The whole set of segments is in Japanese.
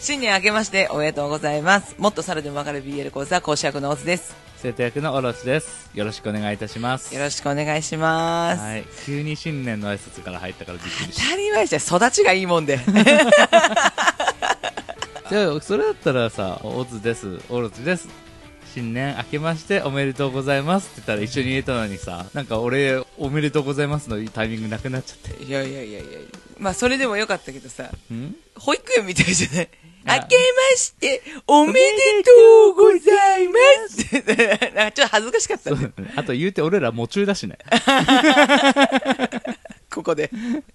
新年明けましておめでとうございます。もっと猿でもわかる BL 講座講師役のオズです。生徒役のオロチですよろしくお願いいたしますよろししくお願いします。はい急に新年の挨拶から入ったからびっくり当したり前じゃん育ちがいいもん で。 たじゃあそれだったらさオズですオロチです新年明けましておめでとうございますって言ったら一緒に言えたのにさなんか俺おめでとうございますのタイミングなくなっちゃっいやいやいやいやまあそれでもよかったけどさ、てん保育園みたいじゃないあ明けましておめでとうございます って、なんかちょっと恥ずかしかった そね、うだねあと言うて俺ら夢中だし ねここで。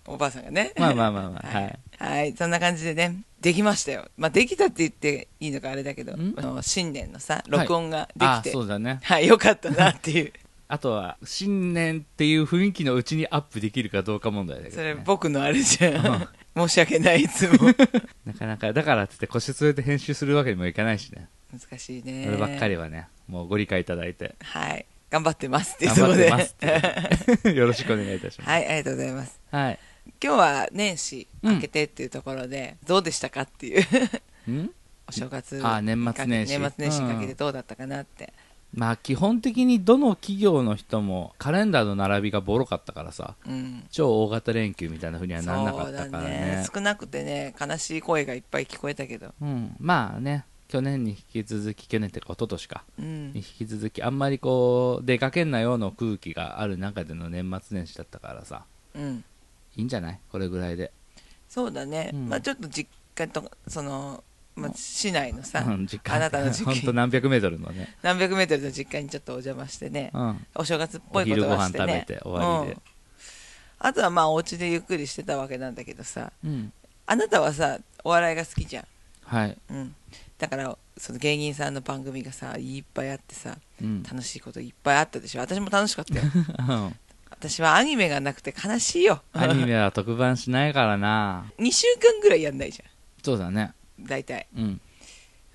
おばあさんがね。まあまあまあまあはいはい、そんな感じでね、できましたよ。まあ、できたって言っていいのかあれだけど、あんの新年のさ、録音ができて、あそうだねはい、よかったなって いう。あとは新年っていう雰囲気のうちにアップできるかどうか問題だけど、そね、れ僕のあれじゃんん。申し訳ない、いつも。 なかなかだからっつって腰据えて編集するわけにもいかないしね難しいね。こればっかりはねもうご理解いただいてはい。頑張ってますっていう頑ところ張ってで。ますって よろしくお願いいたしま すはい、ありがとうございます。はい、今日は年始うん明けてっていうところで、どうでしたかっていう。 んお正月あー年末年始年末年始にかけてどうだったかなって。まあ基本的にどの企業の人もカレンダーの並びがボロかったからさうん。超大型連休みたいな風にはならなかそっうただからねね。少なくてね、悲しい声がいっぱい聞こえたけど。うん、まあね去年に引き続き去年っていうか一昨年かうんに。引き続きあんまりこう出かけんなような空気がある中での年末年始だったからさうん、いいんじゃないこれぐらいで、そうだね、うんまあちょっと実家とかその、まあ、市内のさ、うん、実家あなたの 実ほんと家何百メートルの ね、何百メートルの実家にちょっとお邪魔してね、うん、お正月っぽいことはしてねお昼ご飯食べて終わりでうんあとはまあお家でゆっくりしてたわけなんだけどさうん、あなたはさお笑いが好きじゃはい、ん、うん、だからその芸人さんの番組がさいっぱいあってさうん、楽しいこといっぱいあったでしょ私も楽しかったようん私はアニメがなくて悲しいよ アニメは特番しないからな2週間ぐらいやんないじそうだねゃん大体うん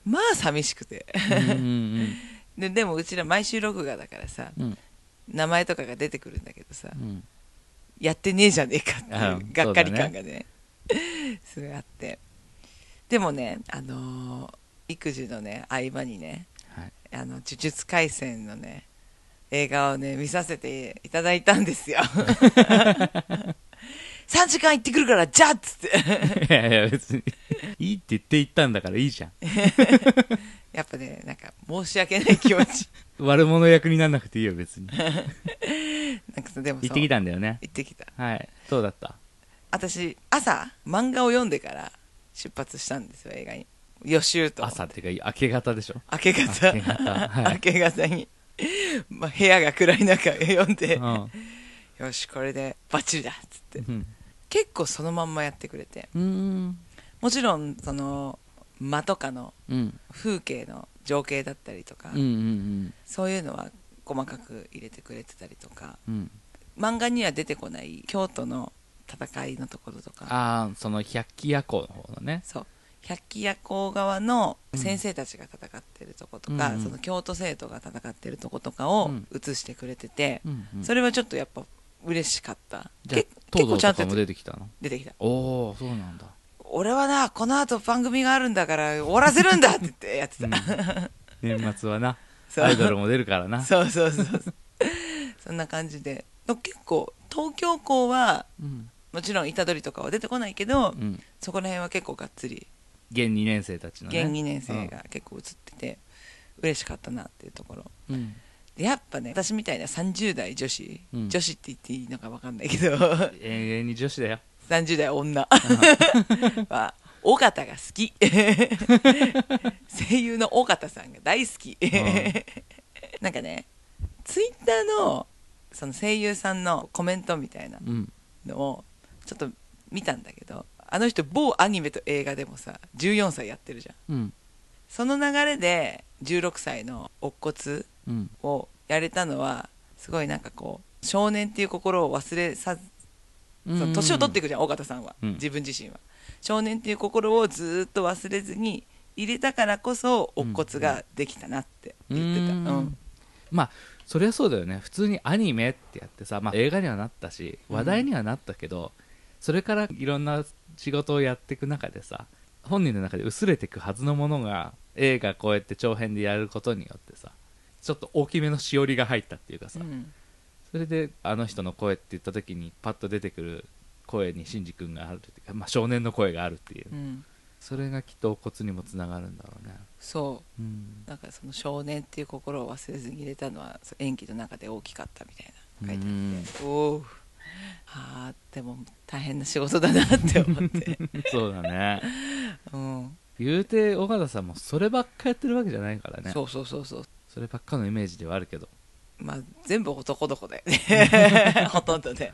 まあ寂しくてうんうんででもうちら毎週録画だからさうんうん名前とかが出てくるんだけどさ、うんやってねえじゃねえかってあいーうがっかり感がね すごいあってでもねあのー育児のね合間にねはい あの呪術廻戦のね映画をね見させていただいたんです よ3時間行ってくるからじゃあっつっていやいや別にいいって言って言ったんだからいいじゃんやっぱねなんか申し訳ない気持 ち悪者役にならなくていいよ 別になんかさでもさ行ってきたんだよね行ってきたはいどうだった私朝漫画を読んでから出発したんですよ映画に予習と朝っていうか明け方でしょ明け方明け方はい 明け方に、まあ、部屋が暗い中読んで、うんよしこれでバッチリだっつってうん結構そのまんまやってくれてうんもちろんその間とかのうん風景の情景だったりとか、うんうんそういうのは細かく入れてくれてたりとかうん漫画には出てこない京都の戦いのところとかああその百鬼夜行の方のねそう百鬼夜行側の先生たちが戦ってるとことか、うんその京都生徒が戦ってるとことかをうん映してくれてて、うんうんそれはちょっとやっぱ嬉しかったじゃあけ東堂ちゃとんとかやっても出てきたの出てきたおおそうなんだ俺はなこの後番組があるんだから終わらせるんだって言ってやってた、うん年末はな そうアイドルも出るからな そうそうそうそうそんな感じで結構東京校はうんもちろん虎杖とかは出てこないけど、うんそこら辺は結構がっつり現2年生たちのね現2年生が結構映ってて、嬉しかったなっていうところうんうんでやっぱね私みたいな30代女子、うん女子って言っていいのか分かんないけ ど永遠に女子だよ30代女は尾形が好き声優の尾形さんが大好き、んなんかねツイッターのその声優さんのコメントみたいなうんのをちょっと見たんだけどあの人某アニメと映画でもさ14歳やってるじゃんうんその流れで16歳の乙骨うんをやれたのはすごいなんかこう少年っていう心を忘れさずその年を取っていくくじゃん尾形さんは、うん自分自身は少年っていう心をずーっと忘れずに入れたからこそ乙骨ができたなって言ってた、うんまあそりゃそうだよね普通にアニメってやってさ、まあ、映画にはなったし話題にはなったけど、それからいろんな仕事をやっていく中でさ本人の中で薄れていくはずのものが映画こうやって長編でやることによってさちょっと大きめのしおりが入ったっていうかさ、うんそれであの人の声って言った時にパッと出てくる声にシンジ君があるっていうか、まあ、少年の声があるっていう、うん、それがきっとお骨にもつながるんだろうね、そううん、なんかその少年っていう心を忘れずに入れたのはそう演技の中で大きかったみたいな書いてあっておーあーでも大変な仕事だなって思 って、 そうだねうん言うて尾形さんもそればっかやってるわけじゃないからねそうそうそうそうそればっかのイメージではあるけどまあ全部男の子で ほとんどね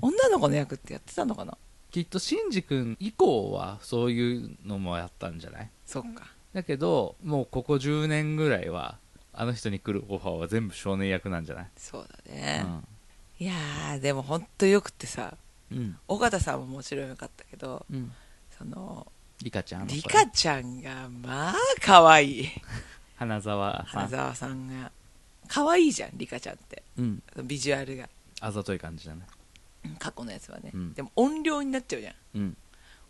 女の子の役ってやってたのかなきっとシンジ君以降はそういうのもやったんじゃないそっかだけどもうここ10年ぐらいはあの人に来るオファーは全部少年役なんじゃない、そうだね、いやーでもほんとよくってさうんうん尾形さんももちろんよかったけどうんそのリカちゃんのリ声カちゃんがまあ可愛い花澤さん花澤さんが可愛いじゃんリカちゃんってうんビジュアルがあざとい感じだね過去のやつはね、うんでも音量になっちゃうじゃんうん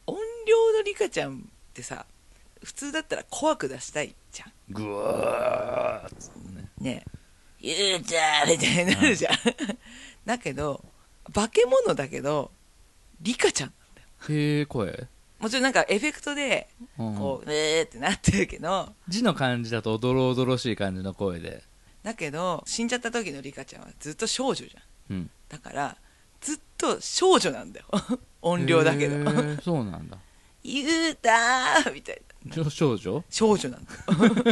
音量のリカちゃんってさ普通だったら怖く出したいじゃんぐわーっつってねねえ「ゆうちゃん」みたいになるじゃん、 だけど化け物だけどリカちゃんなんだよへえ声もちろんなんかエフェクトでこう「うえー」ってなってるけど字の感じだとおどろおどろしい感じの声でだけど死んじゃった時のリカちゃんはずっと少女じゃんうんだからずっと少女なんだよ 音量だけどへーそうなんだ「ゆうたー」みたいなちょ少女、少女なんだ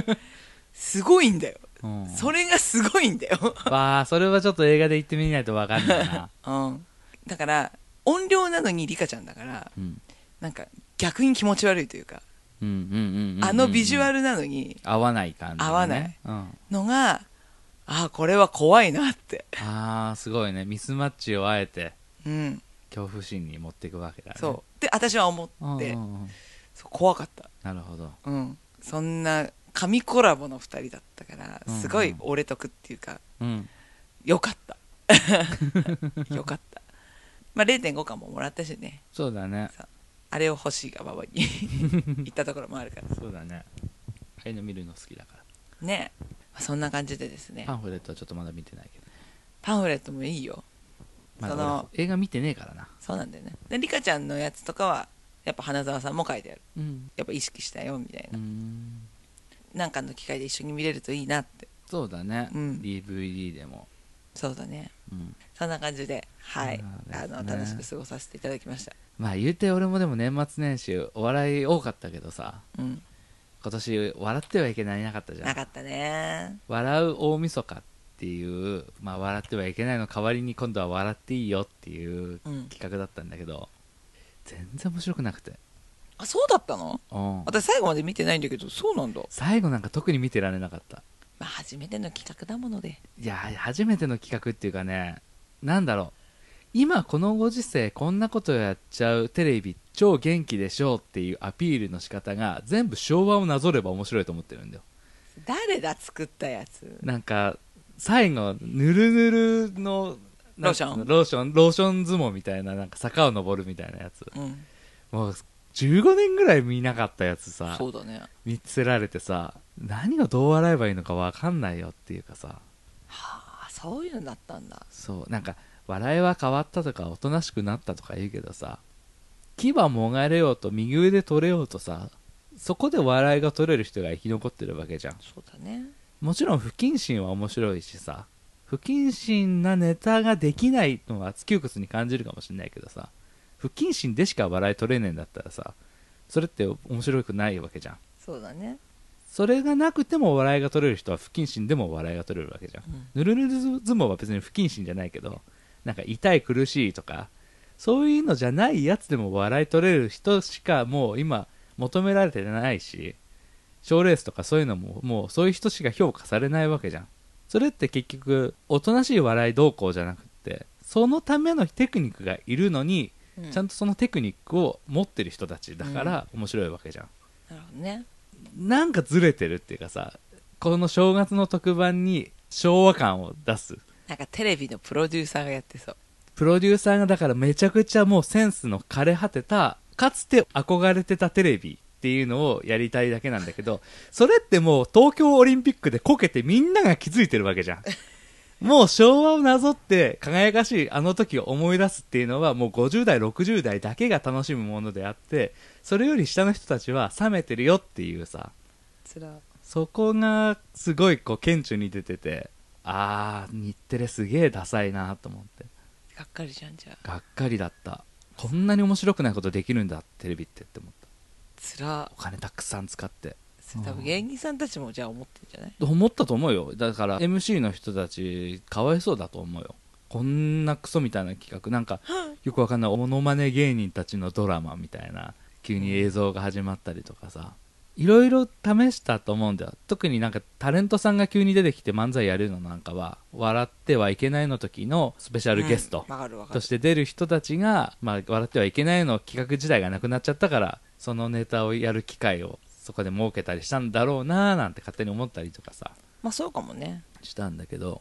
よ すごいんだようん、それがすごいんだよ、わあそれはちょっと映画で行ってみないとわかんな いなうん、だから音量なのにリカちゃんだからうんなんか逆に気持ち悪いというかうんうんうんうんうんあのビジュアルなのに合わない感じ、ね、合わない、うん、あのがああこれは怖いなってあーすごいねミスマッチをあえてうん恐怖心に持っていくわけだねそうで私は思うんっうんてうんそう怖かったなるほどうんそんな神コラボの2人だったからうんうんすごい俺得っていうかうんよかった よかったまあ0.5巻ももらったしねそうだねあれを欲しいがままに 行ったところもあるからそうだねああいうの見るの好きだからねまあそんな感じでですねパンフレットはちょっとまだ見てないけどパンフレットもいいよまだその俺映画見てねえからなそうなんだよねでリカちゃんのやつとかはやっぱ花澤さんも書いてあるうんやっぱ意識したよみたいな、んなんかの機会で一緒に見れるといいなってそうだね、うん DVD でも、そうだねうん、そんな感じではい、なあるほのどね楽しく過ごさせていただきましたまあ言うて俺もでも年末年始お笑い多かったけどさうん今年笑ってはいけないなかったじゃなんかったね「笑う大晦日っていう、まあ、笑ってはいけないの代わりに今度は笑っていいよっていううん企画だったんだけど、全然面白くなくて、あそうだったのうん、私最後まで見てないんだけどそうなんだ、最後なんか特に見てられなかったまあ、初めての企画だものでいや初めての企画っていうかねなんだろう今このご時世こんなことやっちゃうテレビ超元気でしょうっていうアピールの仕方が全部昭和をなぞれば面白いと思ってるんだよ誰だ作ったやつなんか最後ぬるぬるのなロんーションローションローション相撲みたいななんか坂を登るみたいなやつうんもう15年ぐらい見なかったやつさそうだね見せられてさ何がどう笑えばいいのか分かんないよっていうかさはあそういうのだったんだそうなんか笑いは変わったとかおとなしくなったとか言うけどさ牙もがれようと右腕取れようとさそこで笑いが取れる人が生き残ってるわけじゃんそうだねもちろん不謹慎は面白いしさ不謹慎なネタができないのは窮屈に感じるかもしれないけどさ不謹慎でしか笑い取れねえんだったらさそれって面白くないわけじゃんそうだねそれがなくても笑いが取れる人は不謹慎でも笑いが取れるわけじゃんうんぬるぬる相撲は別に不謹慎じゃないけどなんか痛い苦しいとかそういうのじゃないやつでも笑い取れる人しかもう今求められてないし賞レースとかそういうのももうそういう人しか評価されないわけじゃんそれって結局おとなしい笑い動向じゃなくってそのためのテクニックがいるのに、うちゃんとそのテクニックを持ってる人たちだから面白いわけじゃんなるほどねなんかずれてるっていうかさこの正月の特番に昭和感を出すなんかテレビのプロデューサーがやってそうプロデューサーがだからめちゃくちゃもうセンスの枯れ果てたかつて憧れてたテレビっていうのをやりたいだけなんだけど それってもう東京オリンピックでこけてみんなが気づいてるわけじゃんもう昭和をなぞって輝かしいあの時を思い出すっていうのはもう50代60代だけが楽しむものであってそれより下の人たちは冷めてるよっていうさつらそこがすごいこう顕著に出ててああ日テレすげえダサいなと思ってがっかりじゃんじゃあがっかりだったこんなに面白くないことできるんだテレビってって思ったつらお金たくさん使ってそれ多分芸人さんたちもじゃあ思ってんじゃない思ったと思うよだから MC の人たちかわいそうだと思うよこんなクソみたいな企画なんかよくわかんないモノマネ芸人たちのドラマみたいな急に映像が始まったりとかさいろいろ試したと思うんだよ特になんかタレントさんが急に出てきて漫才やるのなんかは「笑ってはいけない」の時のスペシャルゲストうんわかるわかとるして出る人たちが「まあ、笑ってはいけない」の企画自体がなくなっちゃったからそのネタをやる機会をそこで設けたりしたんだろうなーなんて勝手に思ったりとかさまあそうかもねしたんだけど、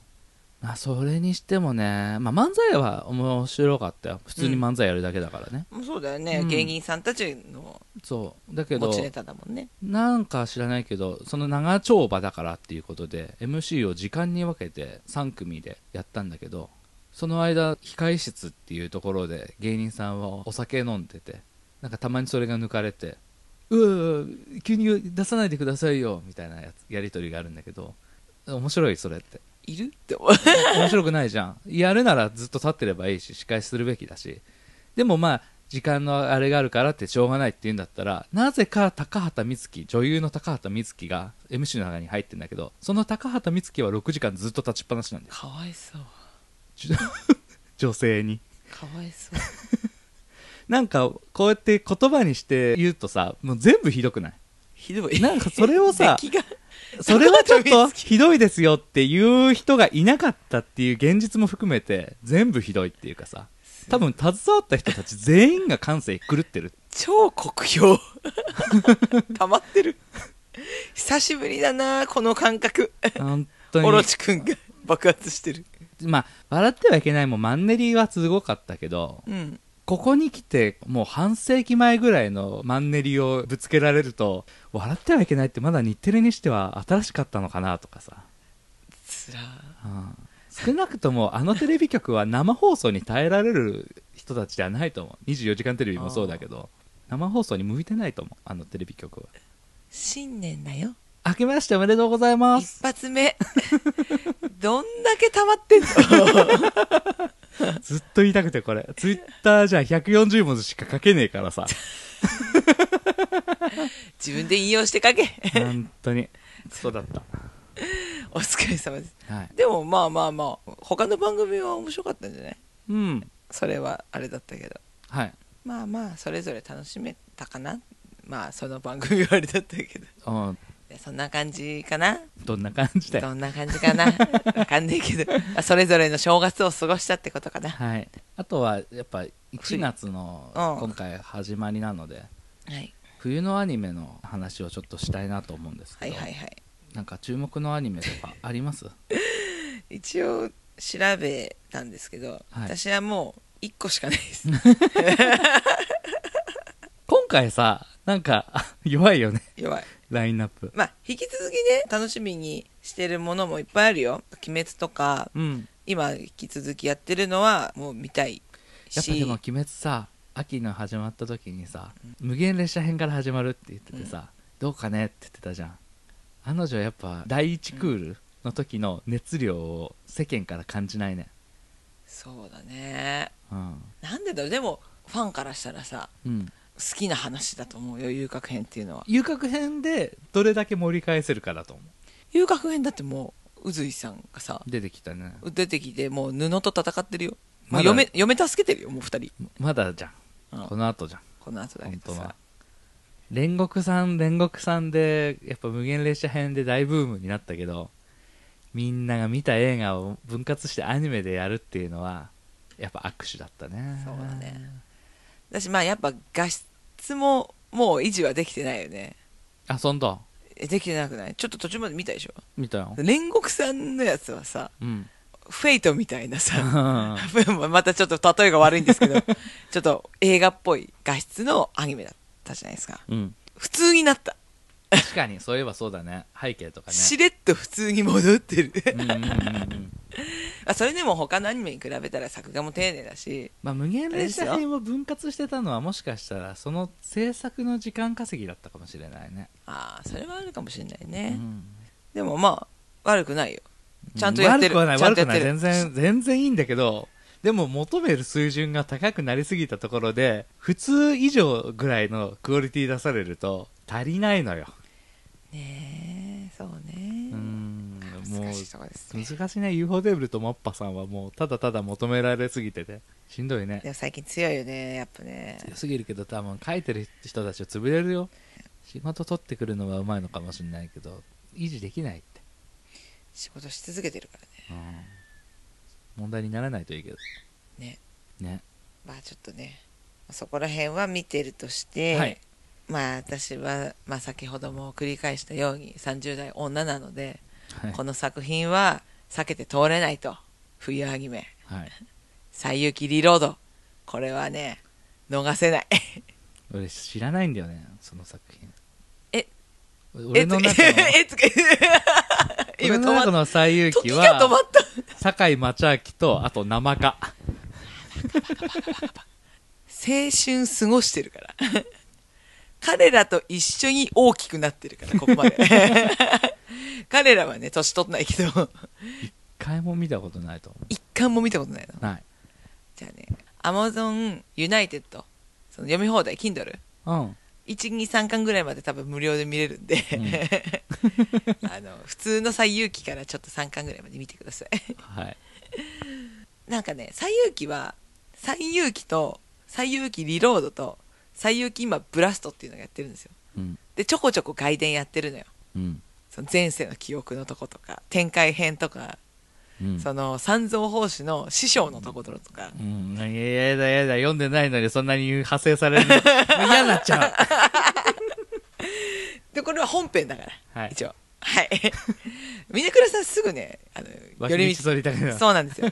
まあ、それにしてもね、まあ、漫才は面白かったよ普通に漫才やるだけだからね、もうそうだよね、うん芸人さんたちのそうだけ持どちネタだもんねなんか知らないけどその長丁場だからっていうことで MC を時間に分けて3組でやったんだけどその間控室っていうところで芸人さんはお酒飲んでてなんかたまにそれが抜かれて「うー急に出さないでくださいよ」みたいなやつやり取りがあるんだけど面白いそれっているって思う面白くないじゃんやるならずっと立ってればいいし司会するべきだしでもまあ時間のあれがあるからってしょうがないって言うんだったらなぜか高畑充希女優の高畑充希が MC の中に入ってんだけどその高畑充希は6時間ずっと立ちっぱなしなんだよかわいそうじゅ女性にかわいそうなんかこうやって言葉にして言うとさもう全部ひどくない ひどいなんかそれをさ出来がそれはちょっ高と畑充希ひどいですよっていう人がいなかったっていう現実も含めて全部ひどいっていうかさ多分携わった人たち全員が感性狂ってる 超酷評 溜まってる久しぶりだなこの感覚本当オロにチくんが爆発してるまあ笑ってはいけないもマンネリはすごかったけどうんここに来てもう半世紀前ぐらいのマンネリをぶつけられると笑ってはいけないってまだ日テレにしては新しかったのかなとかさ、つらうん少なくともあのテレビ局は生放送に耐えられる人たちじゃないと思う24時間テレビもそうだけど生放送に向いてないと思うあのテレビ局は新年だよ明けましておめでとうございます一発目 どんだけ溜まってん のずっと言いたくてこれ。ツイッターじゃ140文字しか書けねえからさ。自分で引用して書け 本当に。そうだった。お疲れ様ですはい。でもまあまあまあ他の番組は面白かったんじゃないうん。それはあれだったけどはい。まあまあそれぞれ楽しめたかなまあその番組はあれだったけどうんそんな感じかなどんな感じだよ。どんな感じかなわかんないけどまあそれぞれの正月を過ごしたってことかなははい。あとは、やっぱ、1月のうん今回始まりなので、い冬のアニメの話をちょっとしたいなと思うんですはけいど、はいはいなんか注目のアニメとかあります 一応調べたんですけど、はい私はもう1個しかないです今回さ、なんか、 あ弱いよね。弱いラインナップ。まあ引き続きね楽しみにしてるものもいっぱいあるよ「鬼滅」とかうん。今引き続きやってるのはもう見たいやっぱでしも「鬼滅」さ秋の始まった時にさ、無限列車編から始まるって言っててさ、どうかねって言ってたじゃんあの女やっぱ第一クールの時の熱量を世間から感じないねそうだねうん、なんでだろうでもファンからしたらさうん、好きな話だと思うよ遊郭編っていうのは遊郭編でどれだけ盛り返せるかだと思遊郭編だってもう宇髄さんがさう出てきたね出てきてもう布と戦ってるよもまうだ嫁嫁助けてるよもう二人、まだじゃん、うんこの後じゃんこの後だけど本当はさ煉獄さん煉獄さんでやっぱ無限列車編で大ブームになったけどみんなが見た映画を分割してアニメでやるっていうのはやっぱ握手だったねそうだねだしまあやっぱ画質ももう維持はできてないよねあそんだえできてなくないちょっと途中まで見たでしょ見たよ煉獄さんのやつはさうんフェイトみたいなさ、 うんまたちょっと例えが悪いんです けど、ちょっと映画っぽい画質のアニメだったじゃないですか。うん普通になった。確かにそういえばそうだね背景とかねしれっと普通に戻ってる。 うんうんうんうんあそれでも他のアニメに比べたら作画も丁寧だし、まあ、無限あれで列す車よ編を分割してたのはもしかしたらその制作の時間稼ぎだったかもしれないね、ああ、それはあるかもしれないうね。ん、でもまあ、悪くないよ。ちゃんとやってる。悪くはないちゃん悪とやくっなている全然全然いいんだけどでも求める水準が高くなりすぎたところで普通以上ぐらいのクオリティ出されると足りないのよねえ、そううね。んもう難しいとこですね。難しいね UFO デブルとマッパさんはもうただただ求められすぎててしんどいねでも最近強いよね、やっぱね。強すぎるけど多分書いてる人たちは潰れるよ仕事取ってくるのはうまいのかもしれないけど維持できないって、仕事し続けてるからね。うん問題にならないといいけどねねまあちょっとね、そこら辺は見てるとして、はいまあ私は、まあ先ほども繰り返したように30代女なので、はいこの作品は避けて通れないと。冬アニメ、はい最雪リロード。これはね、逃せない。俺知らないんだよねその作品え俺の中の えつけ、今止俺の中まっの最遊た。記時が止まはった。堺井町明とあと生か青春過ごしてるから。 彼らと一緒に大きくなってるから、ここまで。彼らはね、年取ってないけど、一回も見たことないと思一巻も見たことないの。うないじゃあね、Amazon United、その読み放題、Kindle。うん1、2、3巻ぐらいまで多分無料で見れるんで、 あの、普通の最遊記からちょっと3巻ぐらいまで見てください。 はいなんかね、最遊記は、最遊記と、最遊記リロードと、最遊記今ブラストっていうのがやってるんですよ。うんでちょこちょこ外伝やってるのようんその前世の記憶のとことか展開編とか、うんその三蔵法師の師匠のところとか、うん、いややだやだ、読んでないのにそんなに派生さ れるの嫌になっちゃう。でこれは本編だから、はい一応はい 峰倉さんすぐねあ の脇道そりたくなるそうなんですよ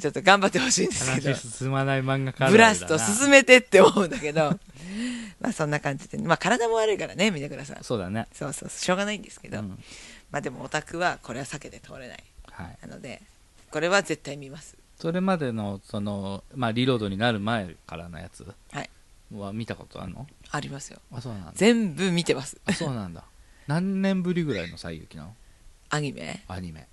ちょっと頑張ってほしいんですけど話進まない漫画家あブるあラるスだトな進めてって思うんだけど まあそんな感じで、まあ、体も悪いからね峰倉さんそうだね。そうそうそうしょうがないんですけうど、ん。まあでもオタクはこれは避けて通れないはい。なのでこれは絶対見ますそれまでの、その、まあ、リロードになる前からのやつはいは見たことあるのありますよあ、そうなんだ。全部見てます あ、そうなんだ。何年ぶりぐらいの最きなのアニメアニメ。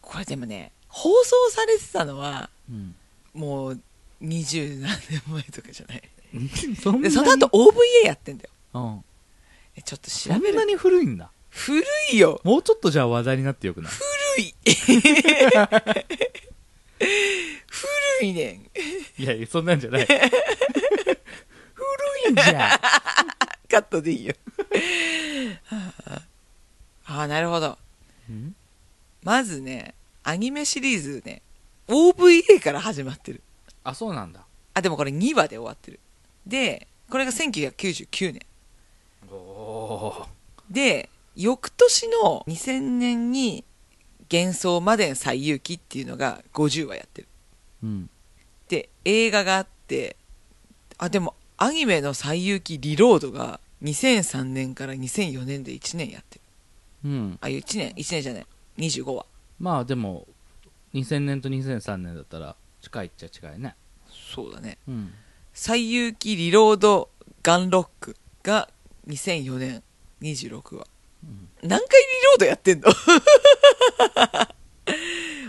これでもね放送されてたのはうん。もう二十何年前とかじゃない そんなでにその後 OVA やってんだようん。えちょっと調そべんなるに古いんだ。古いよもうちょっとじゃあ話題になってよくない古い古いねん いやいや、そんなんじゃない。 古いんじゃん。カットでいいよ ああなるほど うんまずねアニメシリーズね OVA から始まってるあ、そうなんだ。あでもこれ2話で終わってるでこれが1999年おおで翌年の2000年に「幻想までん最遊記」っていうのが50話やってるー。うん。で映画があってあでもアニメの「最遊記リロード」が2003年から2004年で1年やってるうん。あ1年1年じゃない25話まあでも、2000年と2003年だったら近いっちゃ近いね。そうだねうん。 「最遊記リロードガンロック」が2004年26話うん何回リロードやってんの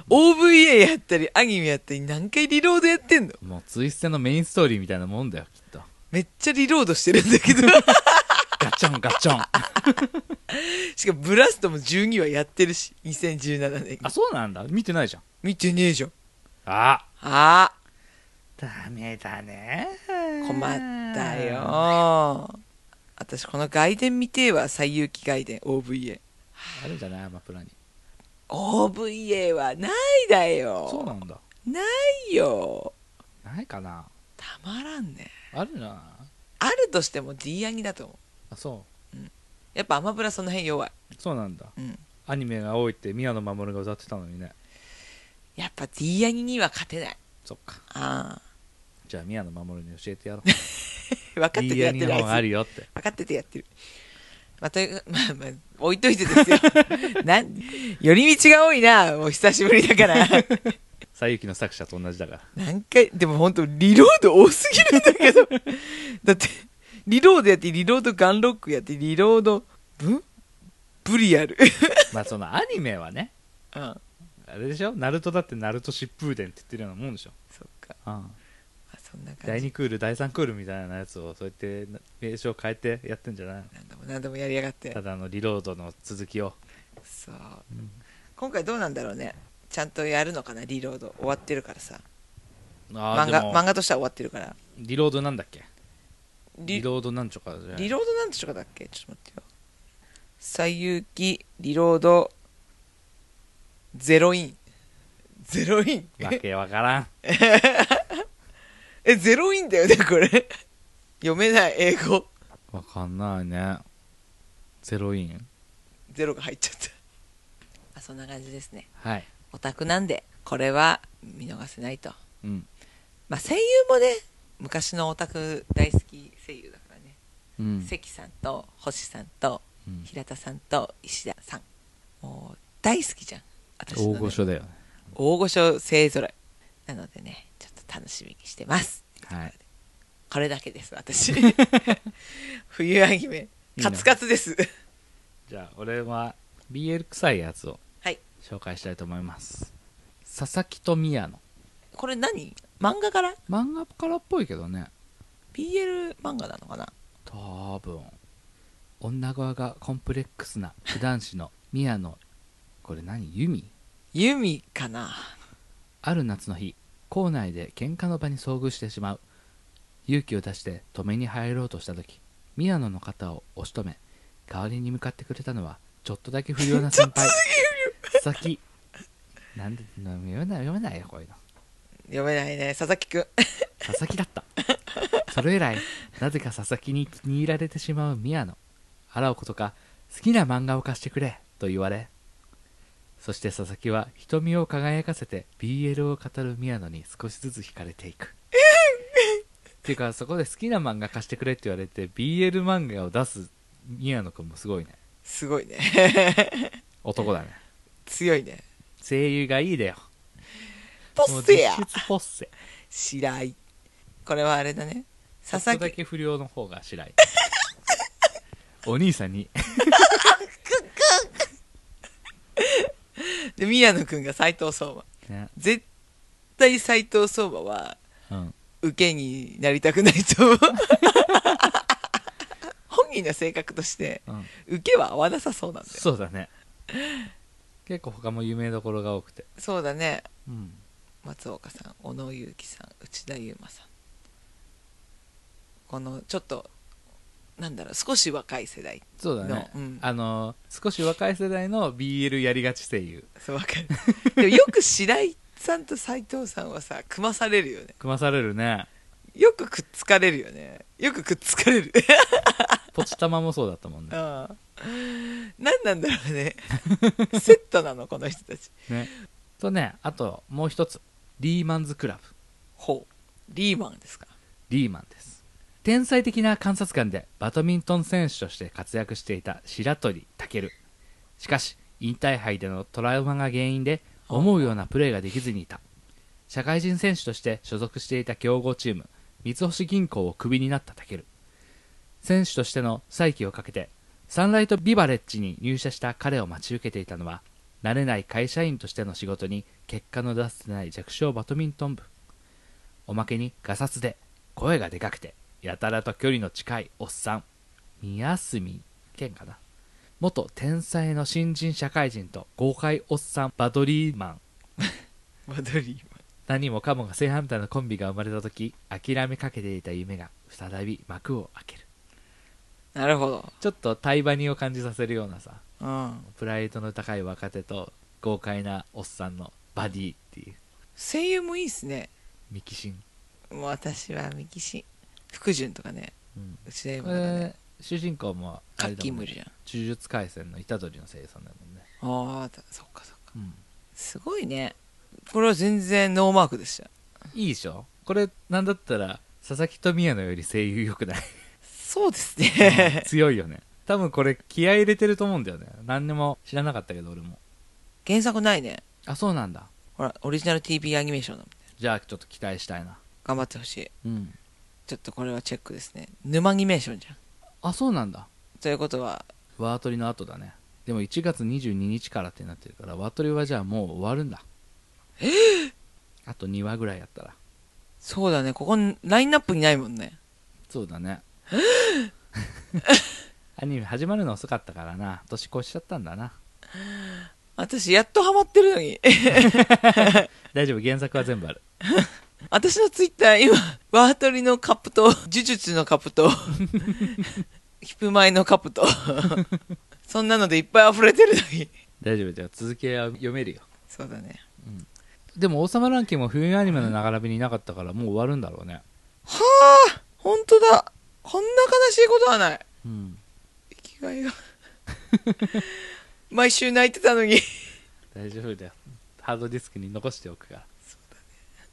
?OVA やったり、アニメやったり、何回リロードやってんのもうツイステのメインストーリーみたいなもんだよ、きっと。めっちゃリロードしてるんだけ ど。ガチョンガチョン。しかもブラストも12話やってるし、2017年。 あ、そうなんだ。見てないじゃん。見てねえじゃん。ああダメだね。あ、困った。よ。私この外伝見てえわ、最有機外伝 OVA。あるんじゃないアマプラに。 OVA はないだよ。そうなんだ。ないよ。ないかな。たまらんね。あるな。あるとしても D アニだと思う。あ、そやっぱアマブラその辺弱い。う。そうなんだ。うん。アニメが多いって宮野真守が歌ってたのにね。やっぱ D ヤニには勝てないそっかあじゃあ宮野真守に教えてやろあ分かうっていていややってにるのあいつ本あるよって分かっててやってるま た、まあまあ、置いといてです よなん寄り道が多いなもう久しぶりだから 西遊記の作者と同じだから何回でも本当リロード多すぎるんだ けどだってリロードやってリロードガンロックやってリロードブブリア ルまあそのアニメはねうんあれでしょナルトだってナルト疾風伝って言ってるようなもんでしょ、そっかうん、あそんな感第じ2クール第3クールみたいなやつをそうやってな名称変えてやってんじゃないの何度も何度もやりやがってただのリロードの続きをそう、今回どうなんだろうねちゃんとやるのかなリロード終わってるからさあ漫ーで画も漫画としては終わってるからリロードなんだっけリリロードなんちょかじゃないリロードなんでしょうかだっけちょっと待ってよ最遊記リロードゼロインゼロインわけわからんえゼロインだよねこれ読めない英語わかんないねゼロインゼロが入っちゃったあそんな感じですねはいオタクなんでこれは見逃せないとうんまあ声優もね昔のオタク大好き声優だからねうん関さんと星さんとうん平田さんと石田さんもう大好きじゃん私の、大ね、御所だよね大御所勢ぞろいなのでねちょっと楽しみにしてますはいこれだけです 私冬アニメいいカなツカツですじゃあ俺は BL 臭いやつをはい紹介したいと思います佐々木と宮野これ何漫画から漫画からっぽいけどね BL 漫画なのかな多分女側がコンプレックスな不男子の宮野これ何ユミユミかなある夏の日校内で喧嘩の場に遭遇してしまう勇気を出して止めに入ろうとした時宮野の肩を押し止め代わりに向かってくれたのはちょっとだけ不良な先輩佐々木なんで読めない読めないよこういうの読めないね佐々木くん 佐々木だったそれ以来なぜか佐々木に気に入られてしまう宮野あらおことか好きな漫画を貸してくれと言われそして佐々木は瞳を輝かせて BL を語る宮野に少しずつ惹かれていくっていうかそこで好きな漫画貸してくれって言われて BL 漫画を出す宮野くんもすごいねすごいね男だね強いね声優がいいだよポッセやもう実質ポッセ白井これはあれだね佐々ちょっと木だけ不良の方 が白いお兄さんに で宮野くんが斎藤相馬ね絶対斎藤相馬はうん受けになりたくないと思 う本人の性格としてうん、受けは合わなさそうなんだよそうだね結構他も有名どころが多くて、そうだねうん、松岡さん小野友樹さん内田悠馬さんこのちょっとなんだろう少し若い世代そうだね、のうんあの少し若い世代の BL やりがち声優そうわかる でもよく白井さんと斎藤さんはさ組まされるよね組まされる ねよくくっつかれるよねよくくっつかれる ポチ玉もそうだったもんうねん何なんだろうね セットなのこの人たちねとねあともう一つリーマンズクラブほうリーマンですかリーマンです天才的な観察官でバドミントン選手として活躍していた白鳥健しかし引退杯でのトラウマが原因で思うようなプレーができずにいた社会人選手として所属していた強豪チーム三星銀行をクビになった健選手としての再起をかけてサンライトビバレッジに入社した彼を待ち受けていたのは慣れない会社員としての仕事に結果の出せない弱小バドミントン部おまけにガサツで声がでかくてやたらと距離の近いおっさん宮澄健かな元天才の新人社会人と豪快おっさんバドリーマンマドリーマン何もかもが正反対のコンビが生まれた時諦めかけていた夢が再び幕を開けるなるほど。ちょっとタイバニを感じさせるようなさうん。プライドの高い若手と豪快なおっさんのバディっていう声優もいいっすね。ミキシン、もう私は右し。福潤とかね、うんうちでこ今だね。れ主人公もカあッれだキーもん無ね理じゃん。呪術廻戦の虎杖の生産だもんねああ、そっかそっか。うんすごいね。これは全然ノーマークでしたいいでしょこれなんだったら佐々木富也のより声優良くない そうですね強いよね多分これ気合い入れてると思うんだよね何にも知らなかったけど俺も原作ないねあそうなんだほらオリジナル TV アニメーションだもんじゃあちょっと期待したいな頑張ってほしいうんちょっとこれはチェックですね沼アニメーションじゃんあそうなんだということはワートリの後だねでも1月22日からってなってるからワートリはじゃあもう終わるんだあと2話ぐらいやったらそうだねここにラインナップにないもんねそうだ ねアニメ始まるの遅かったからな年越しちゃったんだな私やっとハマってるのに 大丈夫原作は全部ある私のツイッター今ワートリのカップと呪術のカップと ヒプマイのカップと そんなのでいっぱい溢れてるのに大丈夫じゃあ続きは読めるよそうだねでも「王様ランキング」も冬アニメの長らびにいなかったからもう終わるんだろうねはあ本当だこんな悲しいことはないうん生きがい が毎週泣いてたのに大丈夫だよハードディスクに残しておくから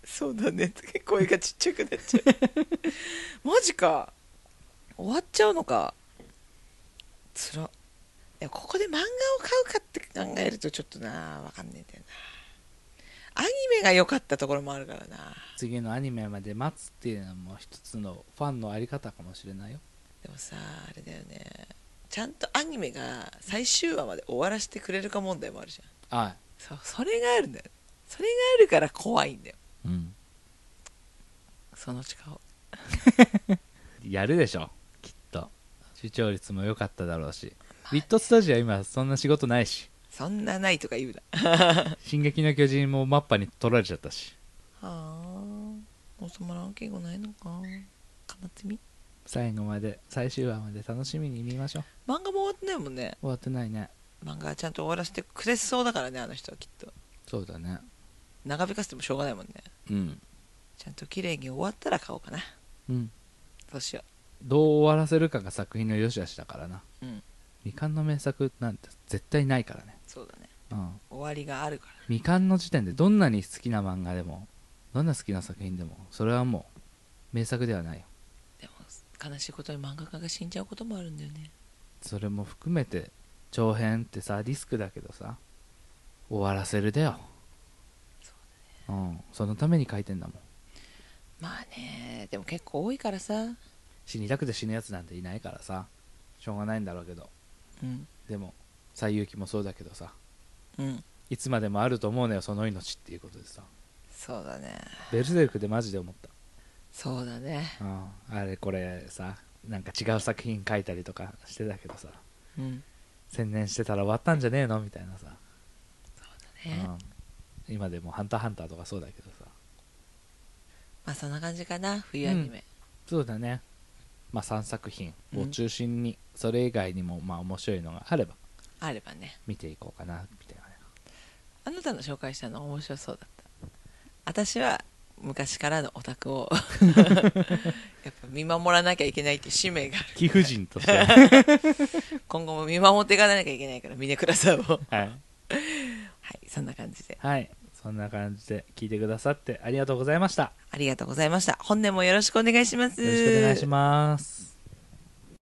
そうだね声がちっちゃくなっちゃうマジか終わっちゃうのかつらでもここで漫画を買うかって考えるとちょっとなわかんねえんだよなアニメが良かったところもあるからな次のアニメまで待つっていうのも一つのファンのあり方かもしれないよでもさあれだよねちゃんとアニメが最終話まで終わらせてくれるか問題もあるじゃんはそうそれがあるんだよそれがあるから怖いんだよい、うん、その力をやるでしょきっと視聴率も良かっただろうしウィットスタジオは今そんな仕事ないしそんなないとか言うな「進撃の巨人」もマッパに取られちゃったしはあ、おそまランキングないのか。かなってみ。最後まで最終話まで楽しみに見ましょう漫画も終わってないもんね。終わってないね漫画はちゃんと終わらせてくれそうだからね、あの人はきっと。そうだね長引かせてもしょうがないもんね。うんちゃんと綺麗に終わったら買おうかな。うんどうしよどう終わらせるかが作品の良し悪しだからなう。うん、未完の名作なんて絶対ないからねそうだね。うん終わりがあるから。未完の時点でどんなに好きな漫画でもどんな好きな作品でもそれはもう名作ではないよでも、悲しいことに漫画家が死んじゃうこともあるんだよね。それも含めて長編ってさリスクだけどさ終わらせるだよう、ん、そのために書いてんだもんまあね、でも結構多いからさ。死にたくて死ぬやつなんていないからさしょうがないんだろうけどうん。でも西遊記もそうだけどさうん。いつまでもあると思うのよその命っていうことでさそうだね。ベルゼルクでマジで思ったそうだね。あああれこれさなんか違う作品書いたりとかしてたけどさうん。専念してたら終わったんじゃねえのみたいなさ、ねうん今でも「ハンターハンター」とかそうだけどさまあそんな感じかな、冬アニメ。そうだねまあ3作品を中心に、それ以外にもまあ面白いのがあればあればね。見ていこうかなみたいなねあなたの紹介したの面白そうだった私は昔からのオタク をやっぱ見守らなきゃいけないっていう使命があ貴婦人としてる今後も見守っていかなきゃいけないから峰倉さんをは はい、いそんな感じではい、そんな感じで聞いてくださってありがとうございましたありがとうございました本年もよろしくお願いしますよろしくお願いします